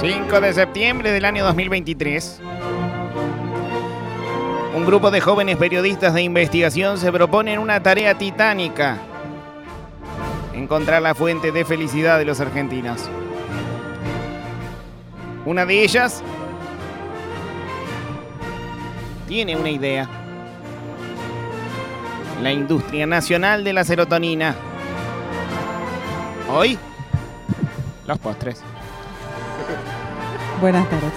5 de septiembre del año 2023, un grupo de jóvenes periodistas de investigación se proponen una tarea titánica, encontrar la fuente de felicidad de los argentinos. Una de ellas tiene una idea. La industria nacional de la serotonina. Hoy, los postres. Buenas tardes.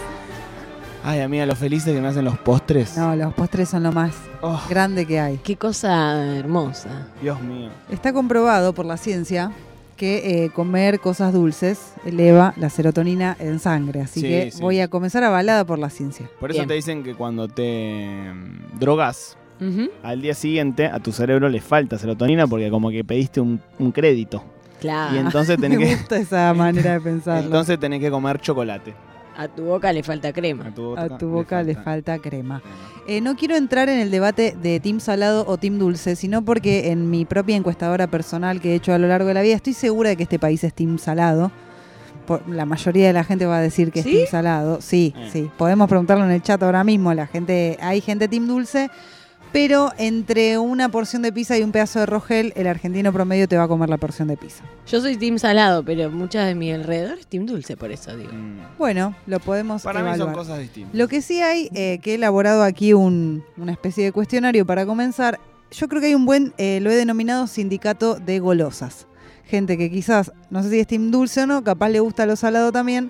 Ay, amiga, lo felices que me hacen los postres. No, los postres son lo más Oh, grande que hay. Qué cosa hermosa. Dios mío. Está comprobado por la ciencia que eh, comer cosas dulces eleva la serotonina en sangre. Así Sí, que sí. voy a comenzar avalada por la ciencia. Por eso Bien. te dicen que cuando te mm, drogas, Ujú, al día siguiente a tu cerebro le falta serotonina porque como que pediste un, un crédito. Claro. Y entonces tenés Ah. Me que... gusta esa manera de pensarlo. Entonces tenés que comer chocolate. A tu boca le falta crema. A tu boca, a tu boca le falta crema. crema. Eh, no quiero entrar en el debate de team salado o team dulce, sino porque en mi propia encuestadora personal que he hecho a lo largo de la vida, estoy segura de que este país es team salado. Por- la mayoría de la gente va a decir que ¿Sí? es team salado. Sí, Eh. sí. Podemos preguntarlo en el chat ahora mismo. La gente, hay gente team dulce, pero entre una porción de pizza y un pedazo de rogel, el argentino promedio te va a comer la porción de pizza. Ah. Yo soy team salado, pero muchas de mi alrededor es team dulce, por eso digo. Mm. Bueno, lo podemos Para mí son evaluar. cosas distintas. Lo que sí hay, eh, que he elaborado aquí un- una especie de cuestionario para comenzar, yo creo que hay un buen, eh, lo he denominado sindicato de golosas. Gente que quizás, no sé si es team dulce o no, capaz le gusta lo salado también,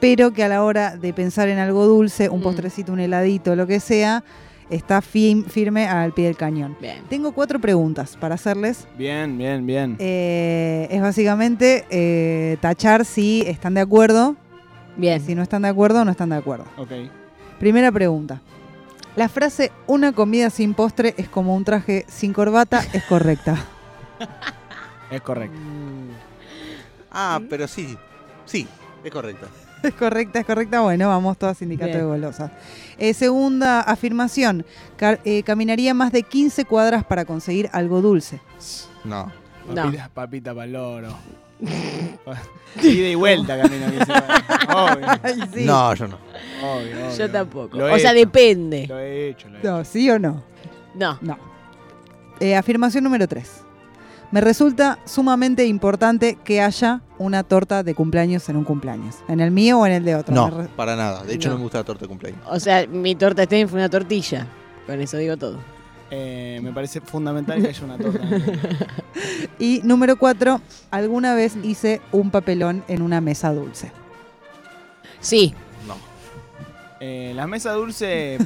pero que a la hora de pensar en algo dulce, un Mm. postrecito, un heladito, lo que sea, está fi- firme al pie del cañón. Bien. Tengo cuatro preguntas para hacerles. Bien, bien, bien. Eh, es básicamente eh, tachar si están de acuerdo, Bien. si no están de acuerdo, no están de acuerdo. ok. Primera pregunta. La frase una comida sin postre es como un traje sin corbata es correcta. Es correcto. Ah, ¿Sí? pero sí. Sí, es correcto. Es correcta, es correcta. Bueno, vamos todas sindicato Bien. de golosas. Eh, segunda afirmación. Ca- eh, caminaría más de 15 cuadras para conseguir algo dulce. No. No. Papita, papita pa'l loro. Ida y vuelta camino. que se va. obvio, Ay, sí. No, yo no. obvio, obvio. Yo tampoco. Lo he o sea, hecho, depende. Lo he hecho, lo he hecho. No, ¿sí o no? No. No. Eh, afirmación número 3. Me resulta sumamente importante que haya una torta de cumpleaños en un cumpleaños. En el mío o en el de otro. Me No, re- para nada. De hecho, No. no, me gusta la torta de cumpleaños. O sea, mi torta Stein fue una tortilla. Con eso digo todo. Eh, me parece fundamental que haya una torta. en el- Y número 4. Alguna vez hice un papelón en una mesa dulce. Sí. No. Eh, la mesa dulce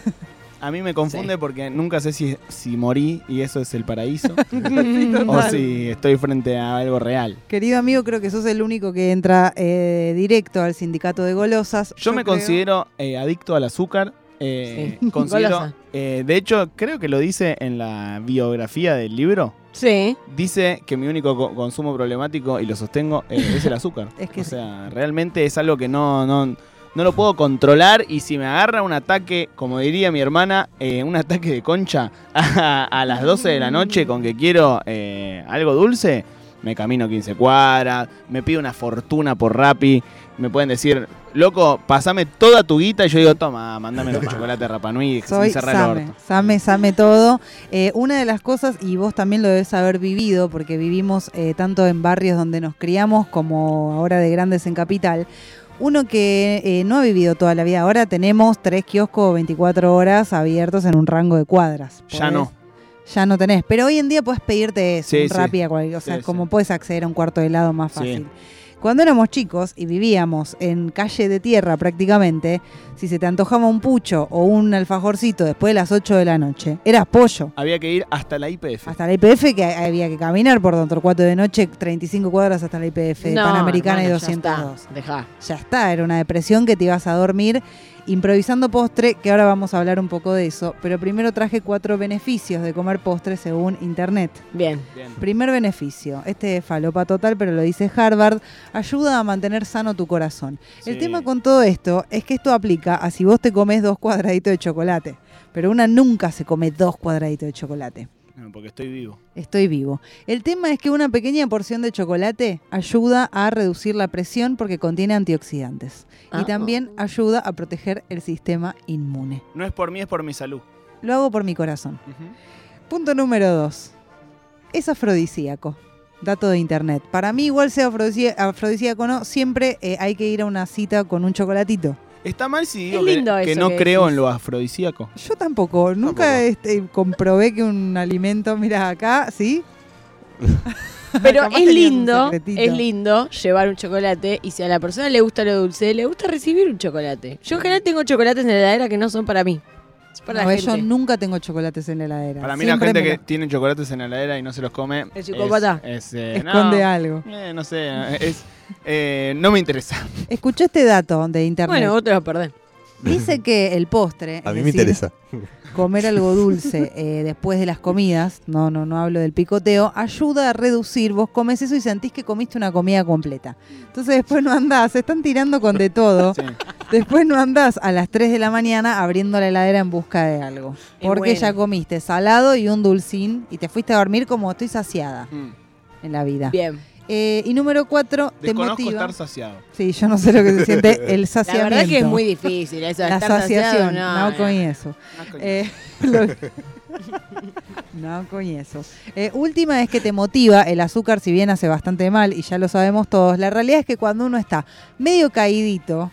a mí me confunde porque nunca sé si, si morí y eso es el paraíso o total. si estoy frente a algo real. Querido amigo, creo que sos el único que entra eh, directo al sindicato de golosas. Yo, me creo- considero eh, adicto al azúcar. eh, Sí. considero, Golosa. eh, de hecho, creo que lo dice en la biografía del libro. Sí. Dice que mi único co- consumo problemático, y lo sostengo, eh, es el azúcar. Es que o sí. sea, realmente es algo que no, no, no lo puedo controlar. Y si me agarra un ataque, como diría mi hermana, eh, un ataque de concha a, a las 12 de la noche con que quiero eh, algo dulce, me camino 15 cuadras, me pido una fortuna por Rappi. Me pueden decir, loco, pasame toda tu guita. Y yo digo, toma, mándame un chocolate Rapa Nui y Soy cerrá el Same, orto. Same, Same todo. Eh, una de las cosas, y vos también lo debes haber vivido, porque vivimos eh, tanto en barrios donde nos criamos como ahora de grandes en capital. Uno que eh, no ha vivido toda la vida. Ahora tenemos tres kioscos 24 horas abiertos en un rango de cuadras. Ya no. Podés- Ya no tenés. Pero hoy en día podés pedirte eso, Sí, un sí. Rappi a cualquier- O sea, Sí, sí. como podés acceder a un cuarto de helado más Sí. fácil. Cuando éramos chicos y vivíamos en calle de tierra prácticamente, si se te antojaba un pucho o un alfajorcito después de las 8 de la noche, eras pollo. Había que ir hasta la IPF. Hasta la IPF que había que caminar por Don Torcuato de noche, 35 cuadras hasta la IPF, No, Panamericana hermano, y ya está. 202. Dejá. Ya está, era una depresión que te ibas a dormir improvisando postre, que ahora vamos a hablar un poco de eso, pero primero traje cuatro beneficios de comer postre según internet. Bien. Bien. Primer beneficio, este es falopa total, pero lo dice Harvard, ayuda a mantener sano tu corazón. El Sí. tema con todo esto es que esto aplica a si vos te comes dos cuadraditos de chocolate, pero una nunca se come dos cuadraditos de chocolate. No, porque estoy vivo. Estoy vivo. El tema es que una pequeña porción de chocolate ayuda a reducir la presión porque contiene antioxidantes. Ah, y también oh. ayuda a proteger el sistema inmune. No es por mí, es por mi salud. Lo hago por mi corazón. Punto número dos. Es afrodisíaco. Dato de internet. Para mí, igual sea afrodisí- afrodisíaco o no, siempre eh, hay que ir a una cita con un chocolatito. Está mal si digo Es que, lindo que eso no que creo decís. en lo afrodisíaco. Yo tampoco, nunca este, comprobé que un alimento, mira acá, ¿sí? Pero Ah, Capaz es tenían un lindo, secretito. es lindo llevar un chocolate y si a la persona le gusta lo dulce, le gusta recibir un chocolate. Yo en general tengo chocolates en la heladera que no son para mí. Es para No, la Yo gente. nunca tengo chocolates en la heladera. Para mí Siempre la gente me que lo- tiene chocolates en la heladera y no se los come... El psicópata. Es, es, eh, no, esconde algo. eh, no sé, es, eh, no me interesa. Escuché este dato de internet. Bueno, vos te vas a perder. Dice que el postre, A es mí me decir, interesa. comer algo dulce eh, después de las comidas, no, no, no hablo del picoteo, ayuda a reducir. Vos comes eso y sentís que comiste una comida completa. Entonces después no andás, se están tirando con de todo. Sí. Después no andás a las 3 de la mañana abriendo la heladera en busca de algo. Y Porque bueno. ya comiste salado y un dulcín y te fuiste a dormir como estoy saciada Mm. en la vida. Bien. Eh, y número 4, te Desconozco motiva. estar saciado. Sí, yo no sé lo que se siente el La saciamiento. verdad que es muy difícil eso. de La estar saciado, asociación, no, no, no. con eso. Eh, lo- no con eso. Eh, última es que te motiva el azúcar, si bien hace bastante mal y ya lo sabemos todos. La realidad es que cuando uno está medio caídito,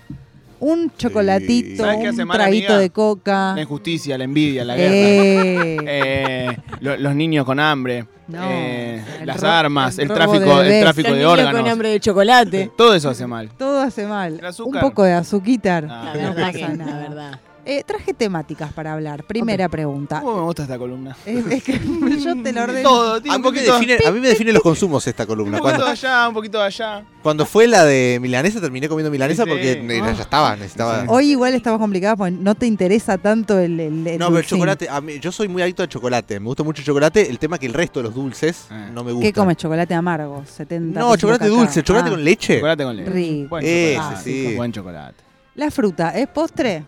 un chocolatito, ¿Sabes qué hace un mal, traguito amiga? de coca. La injusticia, la envidia, la guerra. eh, Eh, lo- los niños con hambre, No, eh, el las ro- armas, el, el robo de tráfico, bebés. el Los tráfico de niños órganos. Eh, con hambre de chocolate. Todo eso hace mal. todo hace mal. El Un azúcar. poco de azuquitar. Ah, La no verdad pasa que, nada. la verdad. Eh, traje temáticas para hablar. Primera pregunta. ¿Cómo me gusta esta columna? Es, es que yo te lo ordeno. Todo, tiene A un mí, me poquito, define, a mí me define los consumos esta un columna. poquito de Cuando, allá, un poquito de allá. cuando fue la de milanesa, terminé comiendo milanesa Sí, sí. porque me- ya estaba, necesitaba... Sí. Hoy igual estaba complicada porque no te interesa tanto el, el, el No, pero el dulcín. chocolate, a mí- yo soy muy adicto al chocolate, me gusta mucho el chocolate, el tema es que el resto de los dulces Ah. no me gusta. ¿Qué comes? ¿Chocolate amargo? 70 No, chocolate dulce, Ah. chocolate con leche. Chocolate con leche. Rico. Buen Ese, chocolate, sí. Buen chocolate. ¿La fruta es postre?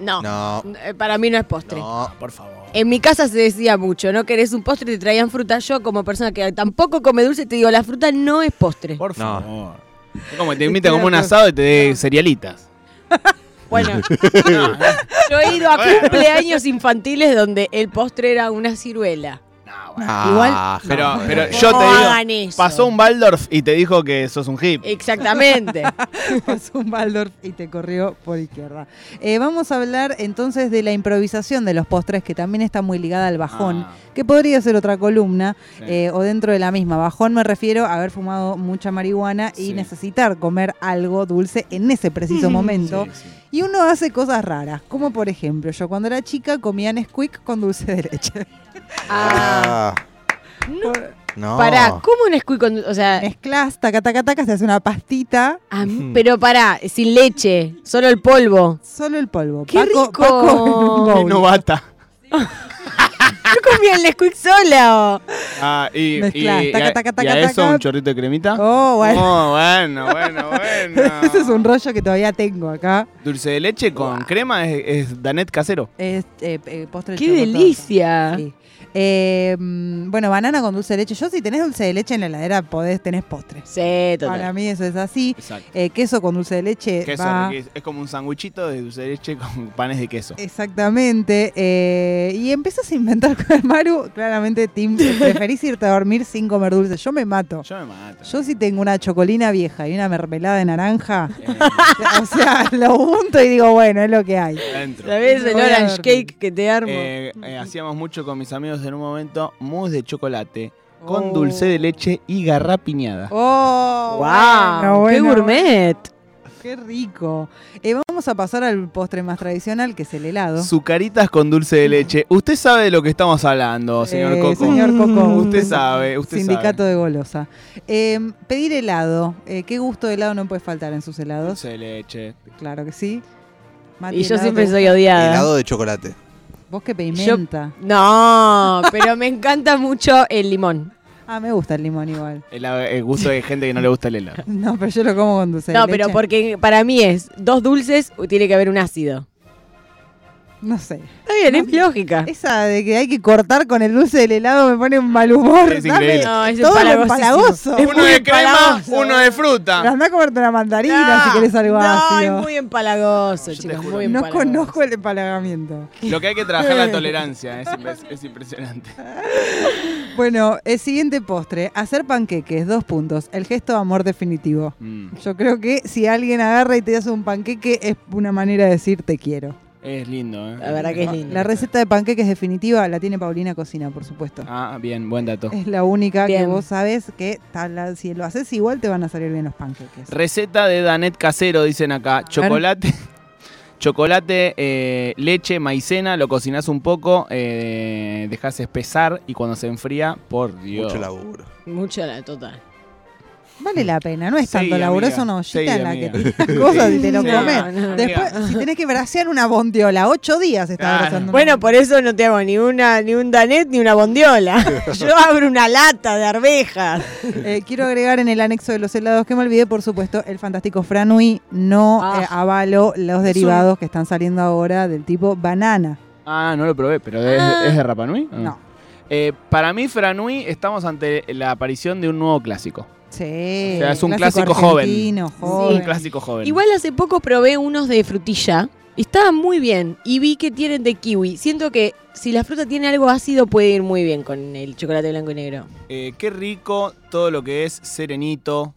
No. No, Eh, Para mí no es postre. no. Por favor. En mi casa se decía mucho, no querés un postre, te traían fruta. Yo como persona que tampoco come dulce, te digo, la fruta no es postre. Por No. favor. Es como que te invita como un asado y te dé cerealitas. Bueno, yo he ido a cumpleaños infantiles donde el postre era una ciruela. No, bueno. Ah, Pero, no. pero No yo te digo, hagan eso. pasó un Baldorf y te dijo que sos un hip. Eh, Exactamente. Pasó un Baldorf y te corrió por izquierda. Eh, vamos a hablar entonces de la improvisación de los postres, que también está muy ligada al bajón, Ah, que podría ser otra columna sí. eh, o dentro de la misma. Bajón me refiero a haber fumado mucha marihuana y Sí. necesitar comer algo dulce en ese preciso momento. Sí, sí. Y uno hace cosas raras, como por ejemplo, yo cuando era chica comía Nesquik con dulce de leche. Ah, Ah, no, no. Pará, ¿cómo un Nesquik con- O sea, Mezclas, taca, taca, taca, se hace una pastita, a mí- pero pará, sin leche, solo el polvo. solo el polvo. ¡Qué rico! Paco en Qué un bowl. novata. Yo comía el Nesquik solo. Ah, y, y, Mezclás, y taca, a, taca, y a taca, eso taca. un chorrito de cremita. Oh, bueno. Oh, bueno, bueno, bueno. Ese es un rollo que todavía tengo acá. Dulce de leche con crema es, es Danet casero. Es, eh, eh, postre de ¡Qué chocotorta. delicia! Sí. Eh, mm, bueno, banana con dulce de leche. Yo si tenés dulce de leche en la heladera podés, tenés postres. Sí, Para total. mí eso es así. Exacto. Eh, queso con dulce de leche. Queso va. riquísimo. es como un sanguchito de dulce de leche con panes de queso. Exactamente. eh, y empiezas a inventar con Maru. Claramente, Tim, preferís irte a dormir sin comer dulce. Yo me mato. Yo me mato. Yo si tengo una chocolina vieja y una mermelada de naranja, Eh, o sea, lo junto y digo, bueno, es lo que hay. adentro. ¿Sabés el Voy a orange dormir. cake que te armo? Eh, eh, hacíamos mucho con mis amigos en un momento mousse de chocolate con Oh. dulce de leche y garrapiñada. ¡Oh! ¡Wow! bueno, ¡Qué bueno, gourmet! ¡Qué rico! Eh, vamos a pasar al postre más tradicional, que es el helado. Sucaritas con dulce de leche. Usted sabe de lo que estamos hablando, señor Eh, Coco. señor Coco. Usted sabe, usted Sindicato sabe. de Golosa. Eh, pedir helado. Eh, ¿Qué gusto de helado no puede faltar en sus helados? Dulce de leche. Claro que sí. Mati, Y yo ¿helado siempre te soy odiada. Helado de chocolate. Vos que Yo- pimenta. No, pero me encanta mucho el limón. Ah, me gusta el limón igual. El, el gusto de gente que no le gusta el helado. No, pero yo lo como con dulce de No, leche. pero porque para mí es dos dulces, tiene que haber un ácido. No sé. Está bien, es mi lógica. Esa de que hay que cortar con el dulce del helado me pone un mal humor. Es dame increíble. No, es todo lo empalagosísimo. empalagoso. Es uno muy de crema, empalagoso. uno de fruta. Andá a comerte una mandarina si querés algo no, ácido. es muy empalagoso, Yo te chicos. juro. Muy No empalagoso. conozco el empalagamiento. Lo que hay que trabajar la tolerancia, es, impres- es impresionante. Bueno, el siguiente postre, hacer panqueques, dos puntos, el gesto de amor definitivo. Mm, Yo creo que si alguien agarra y te hace un panqueque es una manera de decir te quiero. es lindo, ¿eh? La verdad que es lindo. La receta de panqueques definitiva la tiene Paulina Cocina, por supuesto. Ah, bien, buen dato. Es la única que Bien. vos sabés que tal- la- si lo haces igual te van a salir bien los panqueques. Receta de Danet Casero, dicen acá. Chocolate. Chocolate, eh, leche, maicena, lo cocinás un poco, eh, dejas espesar y cuando se enfría, por Dios. Mucho laburo. Mucho la tota. total. Vale la pena, no es Sí, tanto laburo, amiga. es una ollita Sí, en la amiga. que te cosas y te lo Sí. comes. No, no, Después, amiga. si tenés que brasear una bondiola, ocho días está Claro. abrazando una Bueno, por eso no te hago ni una ni un danet ni una bondiola. Yo abro una lata de arvejas. Eh, quiero agregar en el anexo de los helados que me olvidé, por supuesto, el fantástico Franui. No Ah. eh, avalo los derivados que están saliendo ahora del tipo banana. Ah, no lo probé, pero ¿es, Ah. es de Rapa Nui? Ah. No. Eh, para mí, Franui, estamos ante la aparición de un nuevo clásico. Sí. O sea, es un clásico joven. argentino, Un joven. clásico joven. Igual hace poco probé unos de frutilla. Estaban muy bien. Y vi que tienen de kiwi. Siento que si la fruta tiene algo ácido, puede ir muy bien con el chocolate blanco y negro. Eh, qué rico todo lo que es serenito,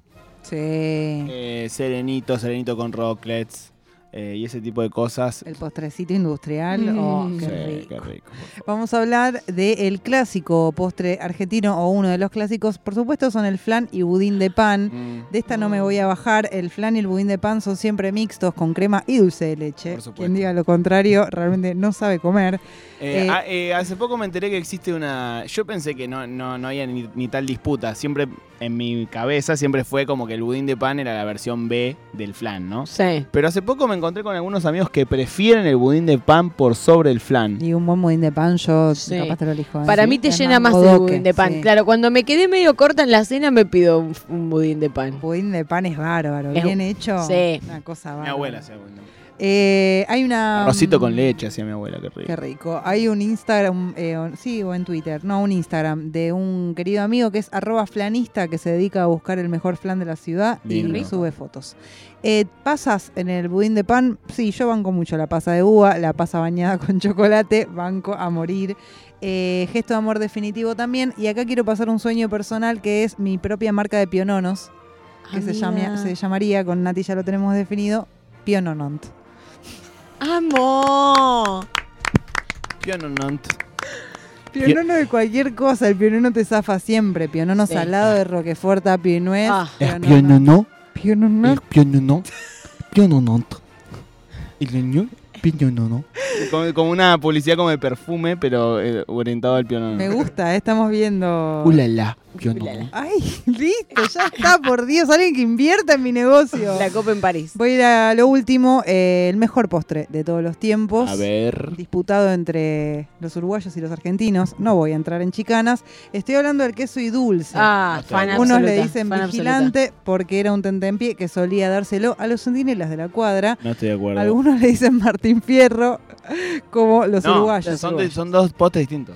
Sí. eh, serenito, serenito con rocklets eh, y ese tipo de cosas. El postrecito industrial. Mm. oh, qué Sí, rico. qué rico. por favor. Vamos a hablar del clásico postre argentino o uno de los clásicos. Por supuesto, son el flan y budín de pan. Mm, De esta no me Mm. voy a bajar. El flan y el budín de pan son siempre mixtos con crema y dulce de leche. Por supuesto. Quien diga lo contrario realmente no sabe comer. Eh, Eh, ah, eh, hace poco me enteré que existe una. Yo pensé que no, no, no había ni, ni tal disputa. Siempre en mi cabeza siempre fue como que el budín de pan era la versión B del flan, ¿no? Sí. Pero hace poco me encontré con algunos amigos que prefieren el budín de pan por sobre el flan. Y un buen budín de pan, yo Sí. capaz te lo elijo. ¿eh? Para Sí, mí te es llena más el bodoque, budín de pan. sí. Claro, cuando me quedé medio corta en la cena, me pido un, un budín de Un pan. budín de pan es bárbaro, Es- bien hecho. sí. Una cosa bárbara. Mi abuela hacía budín de pan. Eh, hay una. Arrocito con leche hacía mi abuela, qué rico. Qué rico. Hay un Instagram, eh, un- sí, o en Twitter, no, un Instagram de un querido amigo que es arroba flanista que se dedica a buscar el mejor flan de la ciudad y Lindo. sube fotos. Eh, pasas en el budín de pan, sí, yo banco mucho la pasa de uva, la pasa bañada con chocolate, banco a morir. Eh, gesto de amor definitivo también. Y acá quiero pasar un sueño personal que es mi propia marca de piononos, Ah, que se, llama, Amiga. se llamaría, con Nati ya lo tenemos definido, Piononont. ¡Amo! Piononont. Pionono de cualquier cosa, el pionono te zafa siempre. Pionono Sí. salado de Roquefort a Pienuez. Ah. Es Pionono. pionono, Pionono. es piononont, piononont. Y leño, pionono. Como, como una publicidad como de perfume, pero eh, orientado al pionono. Me gusta, eh, estamos viendo. Ulala, pionono. Ulala. Ay, listo, ya está, por Dios, alguien que invierta en mi negocio. La copa en París. Voy a ir a lo último, eh, el mejor postre de todos los tiempos. A ver. Disputado entre los uruguayos y los argentinos. No voy a entrar en chicanas. Estoy hablando del queso y dulce. Ah, Otra fan vez. Unos le absoluta, dicen fan absoluta. vigilante porque era un tentempié que solía dárselo a los centinelas de la cuadra. No estoy de acuerdo. Algunos le dicen Martín Fierro, como los No, uruguayos. son, de- son dos postes distintos.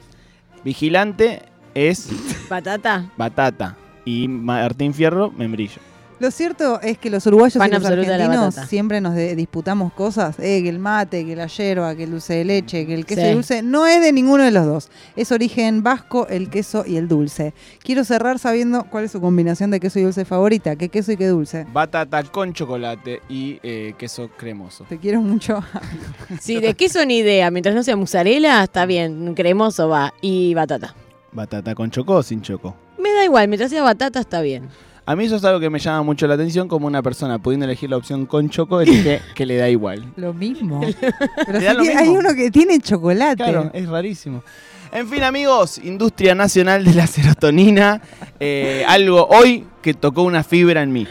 Vigilante es ¿Patata? batata y Martín Fierro, membrillo. Lo cierto es que los uruguayos Pan y los absoluto de la argentinos batata. siempre nos de- disputamos cosas, eh, que el mate, que la yerba, que el dulce de leche, que el queso Sí. y dulce, no es de ninguno de los dos. Es origen vasco el queso y el dulce. Quiero cerrar sabiendo cuál es su combinación de queso y dulce favorita, qué queso y qué dulce. Batata con chocolate y eh, queso cremoso. Te quiero mucho. Sí, de queso ni idea. Mientras no sea mozzarella, está bien. Cremoso va. Y batata. Batata con choco o sin choco. Me da igual, mientras sea batata está bien. A mí eso es algo que me llama mucho la atención, como una persona pudiendo elegir la opción con choco, elige que le da igual. Lo mismo. Pero Te da sí lo que hay mismo. uno que tiene chocolate. Claro, es rarísimo. En fin, amigos, industria nacional de la serotonina, eh, algo hoy que tocó una fibra en mí.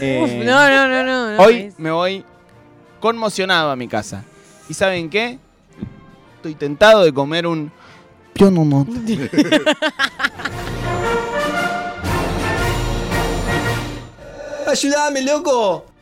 Eh, Uf, no, no, no, no. no, hoy es- me voy conmocionado a mi casa. ¿Y saben qué? Estoy tentado de comer un pionono. ¡Ayúdame, loco!